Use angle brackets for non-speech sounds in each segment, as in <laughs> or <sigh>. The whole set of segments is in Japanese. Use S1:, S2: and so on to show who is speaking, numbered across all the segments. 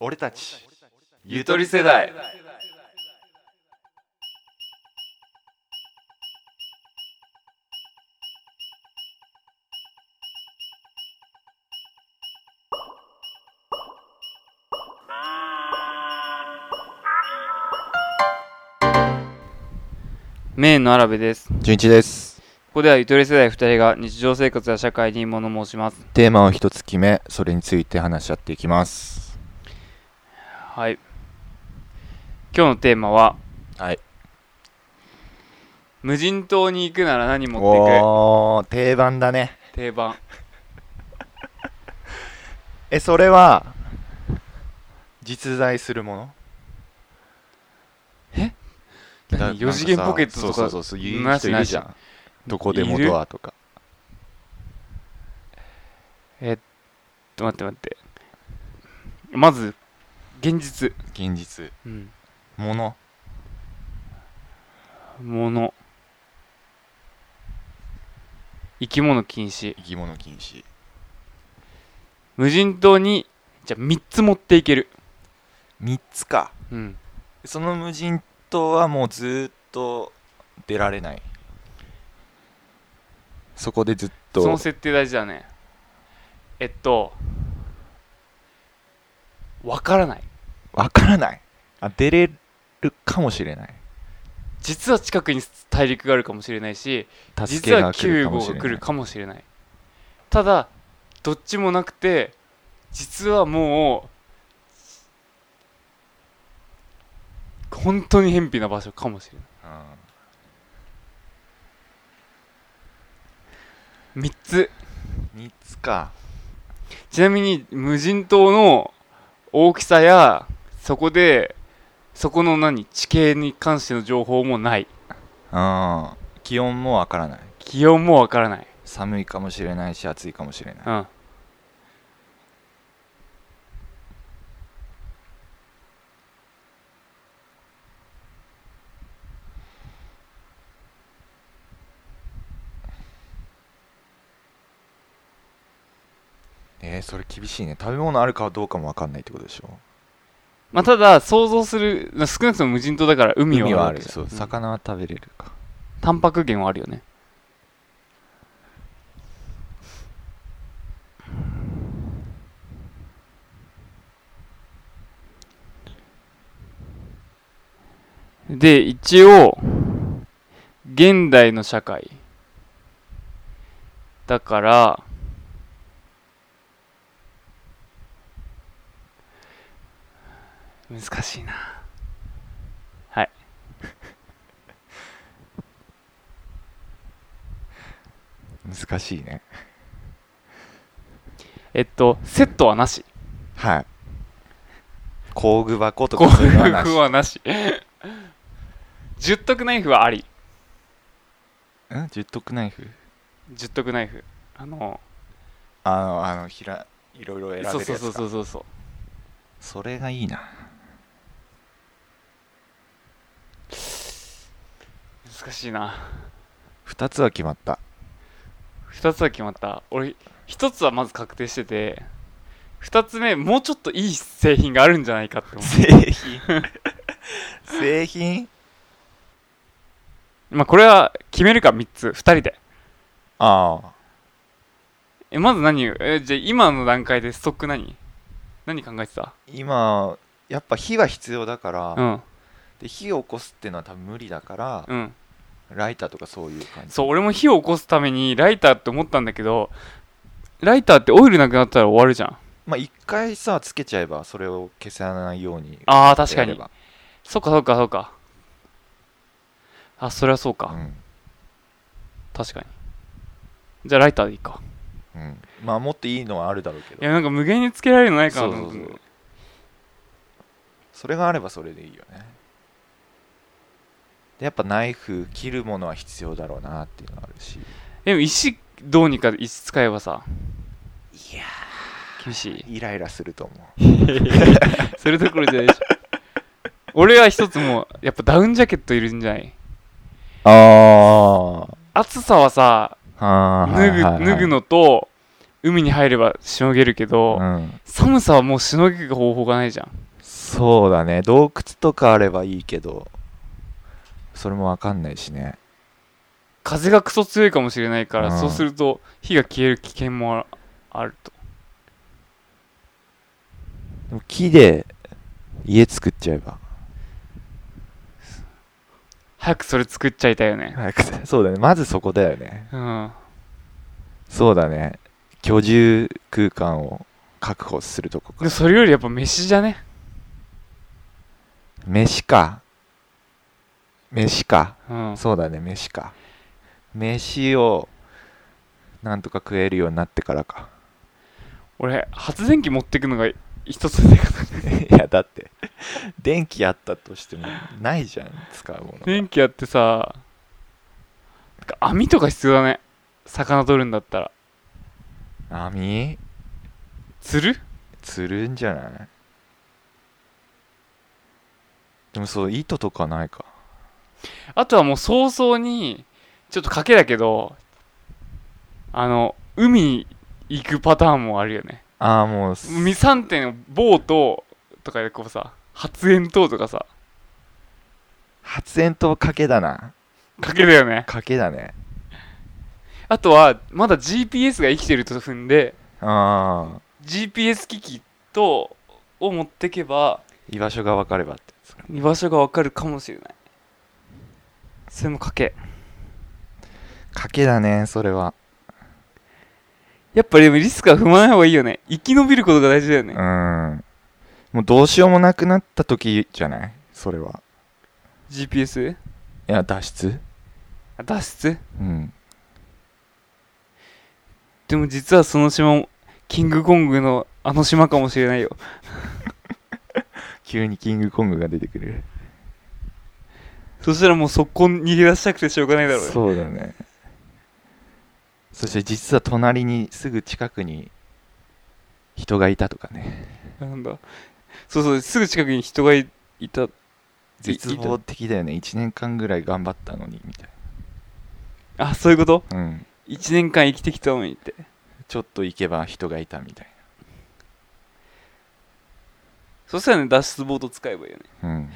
S1: 俺たち
S2: ゆとり世代
S3: メインのアラベです。こ
S4: 純一です
S3: こではゆとり世代2人が日常生活や社会に物申します。
S4: テーマを一つ決めそれについて話し合っていきます
S3: はい。今日のテーマは、
S4: はい
S3: 無人島に行くなら何持って
S4: おー定番だね
S3: いく定番。
S4: えそれは実在するもの
S3: え
S4: だ
S3: 何四次元ポケットとか
S4: なんさそうそうそう言
S3: な
S4: う
S3: し
S4: 人いるじゃんどこでも
S3: いる
S4: ドアとか
S3: ちょっと待って待って。まず、現実。
S4: 現実
S3: うん。
S4: もの
S3: 物。生き物禁止。
S4: 生き物禁止
S3: 無人島に、じゃあ3つ持っていける。
S4: 3つか
S3: うん。
S4: その無人島はもうずーっと出られないそこでずっと
S3: その設定大事だねえっとわからない
S4: わからないあ出れるかもしれない
S3: 実は近くに大陸があるかもしれないし
S4: 助
S3: 実
S4: け
S3: は
S4: が来
S3: 9
S4: るかも
S3: 号が
S4: しれ
S3: 来
S4: な
S3: る
S4: い
S3: かもしれないただどっちもなくて実はもう本当に偏僻な場所かもしれない3つ
S4: 3つか
S3: ちなみに無人島の大きさやそこでそこの何地形に関しての情報もない
S4: うん気温もわからない
S3: 気温もわからない
S4: 寒いかもしれないし暑いかもしれない
S3: うん
S4: えー、それ厳しいね食べ物あるかどうかもわかんないってことでしょ
S3: まあただ想像する少なくとも無人島だから海
S4: 海
S3: は
S4: は
S3: あ
S4: あ
S3: る
S4: るそう、
S3: ん
S4: 魚は食べれるか
S3: タンパク源はあるよねで一応現代の社会だから難しいなはい
S4: 難しいね
S3: えっとセットはなし
S4: はい工具箱と
S3: 幸
S4: かそういうのはなし
S3: 福はなし <laughs> 十徳ナイフはあり
S4: うん十徳ナイフ
S3: 十徳ナイフあの
S4: あのあのひらいろいろ選べるやつ
S3: そう
S4: か
S3: そうそうそうそうそう
S4: それがいいな
S3: 難しいな
S4: 2つは決まった
S3: 2つは決まった俺1つはまず確定してて2つ目もうちょっといい製品があるんじゃないかって
S4: <laughs>
S3: 思
S4: 製品製品
S3: うまあこれは決めるか3つ2人で
S4: ああ
S3: えまず何えじゃあ今の段階でストック何何考えてた
S4: 今やっぱ火は必要だから、
S3: うん
S4: で火を起こすっていうのは多分無理だから、
S3: うん
S4: ライターとかそういう感じ
S3: そう俺も火を起こすためにライターって思ったんだけどライターってオイルなくなったら終わるじゃん
S4: まあ一回さつけちゃえばそれを消さないように
S3: ああ確か
S4: やれ
S3: に
S4: ば
S3: そっかそっかそっかあそれはそうか、
S4: うん
S3: 確かにじゃあライターでいいか
S4: うん、まあもっといいのはあるだろうけ
S3: い
S4: ど
S3: やなんか無限につけられるのないかな
S4: そう
S3: と
S4: そ
S3: 思って
S4: うそうそれがあればそれでいいよねでやっぱナイフ切るものは必要だろうなっていうのはあるし
S3: でも石どうにか石使えばさいや厳しい <laughs>
S4: イライラすると思う
S3: それどころじゃないでしょ俺は一つもうやっぱダウンジャケットいるんじゃない
S4: あ
S3: 暑さはさ
S4: あ
S3: 脱ぐ脱ぐのと海に入ればしのげるけど、
S4: うん、
S3: 寒さはもうしのげる方法がないじゃん
S4: そうだね洞窟とかあればいいけどそれもわかんないしね
S3: 風がクソ強いかもしれないから、
S4: うん
S3: そうすると火が消える危険もああると
S4: でも木で家作っちゃえば
S3: 早くそれ作っちゃいたいよね、
S4: 早くそうだねまずそこだよね
S3: うん
S4: そうだね居住空間を確保するとこ
S3: で
S4: か
S3: もそれよりやっぱ飯じゃね
S4: 飯か飯か
S3: うん
S4: そうだね飯か飯をなんとか食えるようになってからか <laughs>
S3: 俺発電機持ってくのが一つで
S4: いやだって電気あったとしてもないじゃん使うもの
S3: 電気やってさなんか網とか必要だね魚取るんだったら
S4: 網
S3: 釣る
S4: 釣るんじゃないでもそう糸とかないか
S3: あとはもう早々にちょっと賭けだけどあの海に行くパターンもあるよね
S4: ああもうす
S3: 海3点をボートとかでこうさ発煙筒とかさ
S4: 発煙筒賭けだな
S3: 賭けだよね
S4: 賭けだね
S3: あとはまだ GPS が生きてると踏んで
S4: ああ
S3: GPS 機器とを持ってけば
S4: 居場所が分かればってやつか
S3: 居場所がわかるかもしれないそれも賭け
S4: 賭けだねそれは
S3: やっぱりでもリスクは踏まない方がいいよね生き延びることが大事だよ
S4: う
S3: ね、
S4: んもうどうしようもなくなった時じゃないそれは
S3: GPS
S4: いや脱出
S3: あ脱出
S4: うん
S3: でも実はその島もキングコングのあの島かもしれないよ
S4: 急にキングコングが出てくる
S3: そしたらもう速攻逃げ出したくてしょうがないだろうね
S4: そうだねそして実は隣にすぐ近くに人がいたとかね
S3: なんだそうそうすぐ近くに人がいいた
S4: 絶望的だよね1年間ぐらい頑張ったのにみたい
S3: あそういうこと
S4: なうん
S3: 1年間生きてきたのにって
S4: ちょっと行けば人がいたみたい
S3: そしたらね脱出ボート使えばいいよね
S4: なうん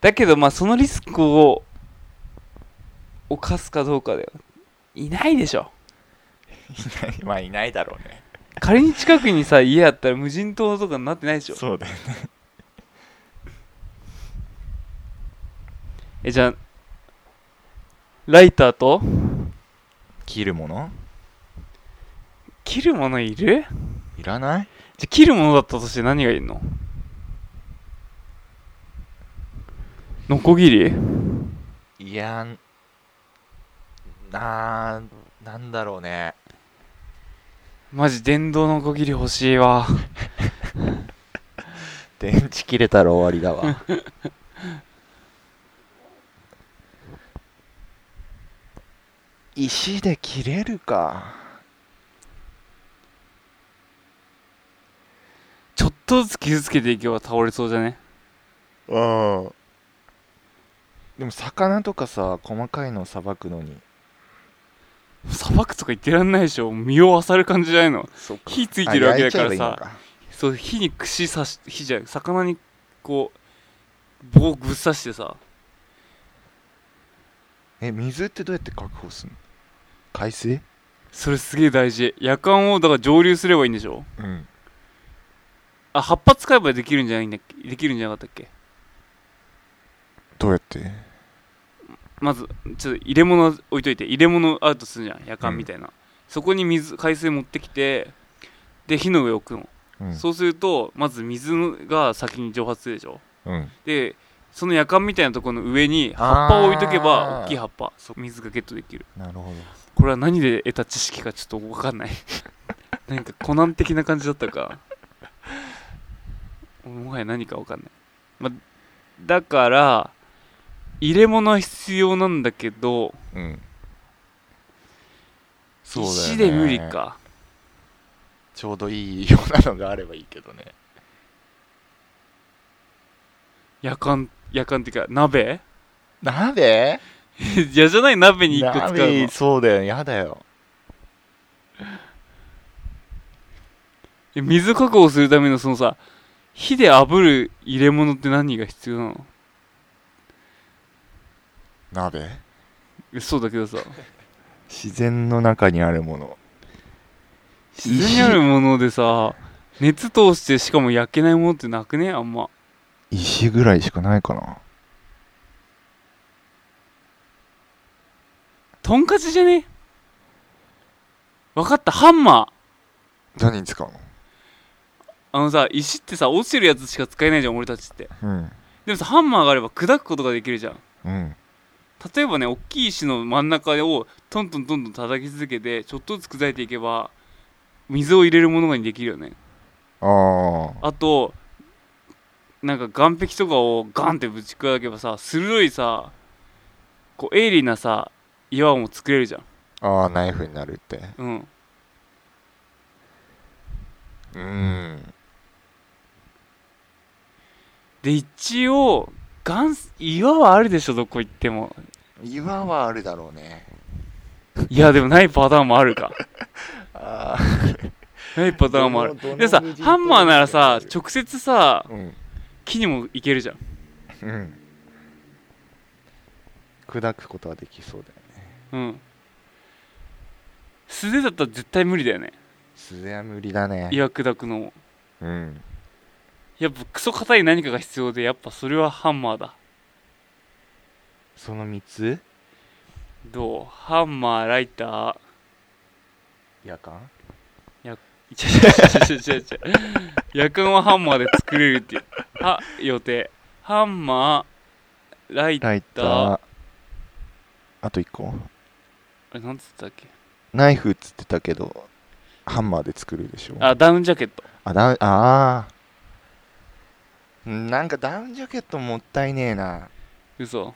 S3: だけどまあそのリスクを犯すかどうかだよいないでしょ
S4: い <laughs> ないまあいないだろうね
S3: 仮に近くにさ家あったら無人島とかになってないでしょ
S4: そうだよね
S3: えじゃあライターと
S4: 切るもの
S3: 切るものいる
S4: いらない
S3: じゃあ切るものだったとして何がいるのノコギリ
S4: いやんなーなんだろうね
S3: マジ電動ノコギリ欲しいわ
S4: 電池切れたら終わりだわ <laughs> 石で切れるか
S3: ちょっとずつ傷つけていけば倒れそうじゃね
S4: うんでも魚とかさ細かいのさばくのに
S3: 砂漠とか言ってらんないでしょ身を漁る感じじゃないの
S4: そっか
S3: 火ついてるわけだからさ
S4: か
S3: そう火に串刺し火じゃない魚にこう棒ぶっ刺してさ
S4: え水ってどうやって確保するの海水
S3: それすげえ大事夜間をだから蒸留すればいいんでしょ
S4: うん
S3: あ葉っぱ使えばできるんじゃないんだっけできるんじゃなかったっけ
S4: どうやって
S3: まずちょっと入れ物置いといて入れ物アウトするじゃん夜間みたいな、そこに水海水持ってきてで火の上置くの、
S4: うん
S3: そうするとまず水が先に蒸発するでしょ
S4: うん
S3: でその夜間みたいなところの上に葉っぱを置いとけば
S4: あー
S3: 大きい葉っぱ
S4: そっか
S3: 水がゲットできる
S4: なるほど
S3: これは何で得た知識かちょっと分かん <laughs> ないなんかコナン的な感じだったかもはや何か分かんない、ま、だから入れ物は必要なんだけど
S4: うん
S3: 石で無理か
S4: ちょうどいいようなのがあればいいけどね
S3: 夜間夜間っていうか鍋 <laughs>
S4: 鍋
S3: いやじゃない鍋に一個使うの
S4: そうだよやだよ
S3: え水確保するためのそのさ火で炙る入れ物って何が必要なの
S4: 鍋
S3: 嘘だけどさ
S4: 自然の中にあるもの
S3: 自然にあるものでさ熱通してしかも焼けないものってなくねあんま
S4: 石ぐらいしかないかな
S3: とんかつじゃねわかったハンマー
S4: 何に使うの
S3: あのさ石ってさ落ちてるやつしか使えないじゃん俺たちって
S4: うん
S3: でもさハンマーがあれば砕くことができるじゃん
S4: うん
S3: 例えばね大きい石の真ん中をトントントントン叩き続けてちょっとずつ砕いていけば水を入れるものにできるよね
S4: ああ
S3: あとなんか岩壁とかをガンってぶち砕けばさ鋭いさこう鋭利なさ岩も作れるじゃん
S4: ああナイフになるって
S3: うん
S4: うん
S3: で一応岩岩はあるでしょどこ行っても
S4: 岩はあるだろうね
S3: いやでもないパターンもあるか
S4: <laughs> あ
S3: ないパターンもある
S4: どの
S3: でさ
S4: どの無人島
S3: ハンマーならさ
S4: にも
S3: 直接さ
S4: あうん
S3: 木にもいけるじゃん
S4: うん砕くことはできそうだよね
S3: うん素手だったら絶対無理だよね
S4: 素手は無理だね
S3: 岩砕くのも
S4: うん
S3: やっぱクソ硬い何かが必要でやっぱそれはハンマーだ
S4: その3つ
S3: どうハンマーライター
S4: 夜間
S3: ちゃちゃちゃちゃちゃ夜間はハンマーで作れるっていうは予定ハンマーライター
S4: ライターあと1個
S3: あれなんつったっけ
S4: ナイフっつってたけどハンマーで作るでしょ
S3: あダウンジャケット
S4: あダウンあーうんなんかダウンジャケットもったいねえな
S3: 嘘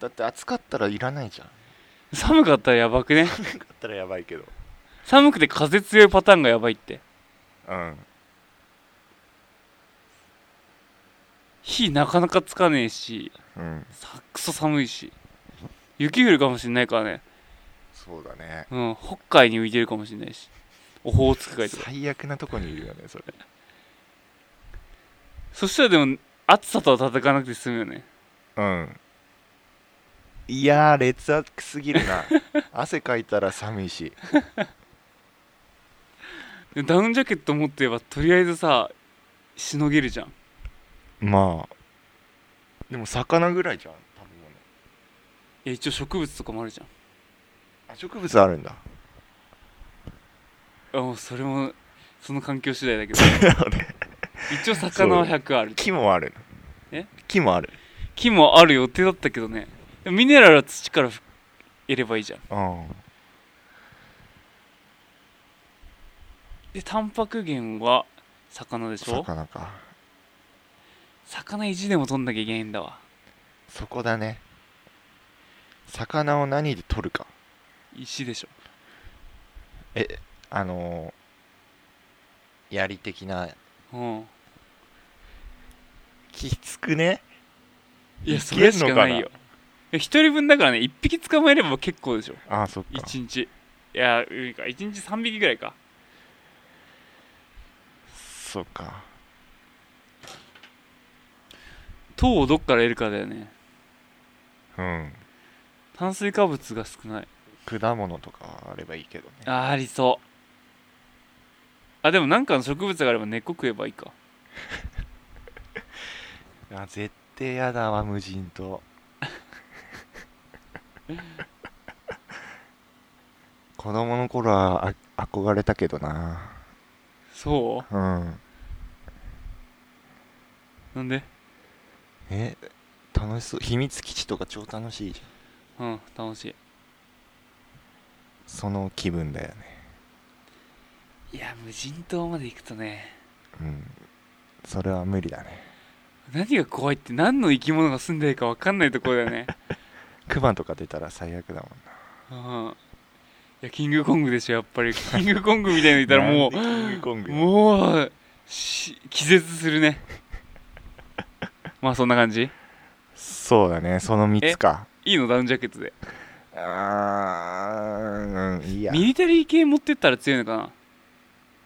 S4: だって暑かったらいらないじゃん
S3: 寒かったらやばくね
S4: 暑かったらやばいけど
S3: 寒くて風強いパターンがやばいって
S4: うん
S3: 火なかなかつかねえし
S4: うん
S3: さクソ寒いし雪降るかもしんないからね
S4: そうだね
S3: うん北海に浮いてるかもしんないしオホーツク海とか
S4: 最悪なとこにいるよねそれ
S3: そしたらでも暑さとは戦わなくて済むよね
S4: うんいやー劣悪すぎる <laughs> な汗かいたら寒いし
S3: でダウンジャケット持ってればとりあえずさしのげるじゃん
S4: まあでも魚ぐらいじゃん食べ物
S3: いや一応植物とかもあるじ
S4: あ植物あるんだ
S3: ゃんあもうそれもその環境次第だけど一応魚は100ある
S4: 木もある
S3: え
S4: 木もある
S3: 木もある予定だったけどねでもミネラルは土からふ得ればいいじゃん
S4: うん
S3: でタンパク源は魚でしょ
S4: 魚か
S3: 魚意地でも取んなきゃいけないんだわ
S4: そこだね魚を何で取るか
S3: 石でしょ
S4: あのー、槍的な
S3: うん
S4: きつくね
S3: いや
S4: い
S3: そ
S4: けんの
S3: れ
S4: かな
S3: しかないよいや一人分だからね一匹捕まえれば結構でしょ
S4: あそっか
S3: 一日いやうんか一日3匹ぐらいか
S4: そっか
S3: 糖をどっから得るかだよね
S4: うん
S3: 炭水化物が少ない
S4: 果物とかあればいいけどね
S3: あーありそうあでもなんかの植物があれば根っこ食えばいいか
S4: あ絶対やだわ無人島 <laughs> 子供の頃はあ憧れたけどな
S3: そ
S4: うん
S3: うなんで
S4: え楽しそう秘密基地とか超楽しいじゃん
S3: うん楽し
S4: その気分だよね
S3: いいや無人島まで行くとね
S4: うんそれは無理だね <laughs>
S3: 何が怖いって何の生き物が住んでるか分かんないところだよね
S4: クマとか出たら最悪だもんな
S3: うんいやキングコングでしょやっぱり <laughs> キングコングみたいのいたらもう
S4: なんでキングコング
S3: もうし気絶する
S4: <laughs>
S3: ねまあそんな感じ
S4: そうだねその3つか
S3: いいのダウンジャケットで
S4: あーうんいいや
S3: ミリタリー系持ってったら強いのかな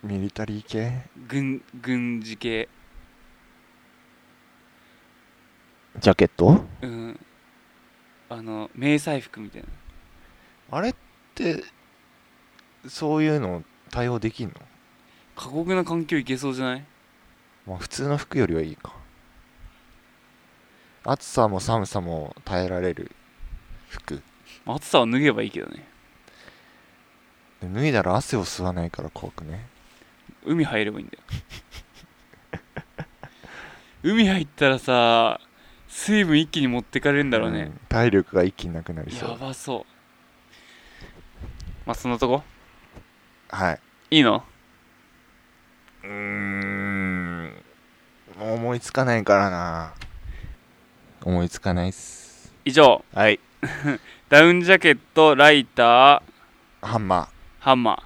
S4: ミリタリー系
S3: 軍軍事系
S4: ジャケット
S3: うんあの迷彩服みたいな
S4: あれってそういうの対応できんの
S3: 過酷な環境いけそうじゃない
S4: まあ普通の服よりはいいか暑さも寒さも耐えられる服
S3: まあ暑さは脱げばいいけどね
S4: で脱いだら汗を吸わないから怖くね
S3: 海入ればいいん
S4: <laughs>
S3: だよ海入ったらさ水分一気に持ってかれるんだろうね、
S4: ん体力が一気になくなりそ
S3: や
S4: う
S3: ばそうまあそんなとこ
S4: はい
S3: いいの
S4: うーん思いつかないからな思いつかないっす
S3: 以上
S4: はい
S3: ダウンジャケットライター
S4: ハンマ
S3: ハンマー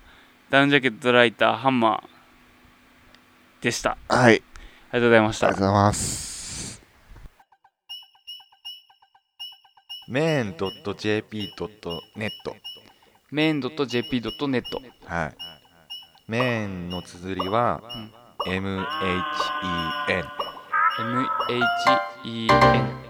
S3: ダウンジャケットライターハンマーでしたあ
S4: ーはい
S3: りがとうございまし
S4: あり
S3: た
S4: がとうございます。main.jp.net
S3: メイン .jp.net
S4: はい。main の綴りは、
S3: ん
S4: MHEN
S3: m h e n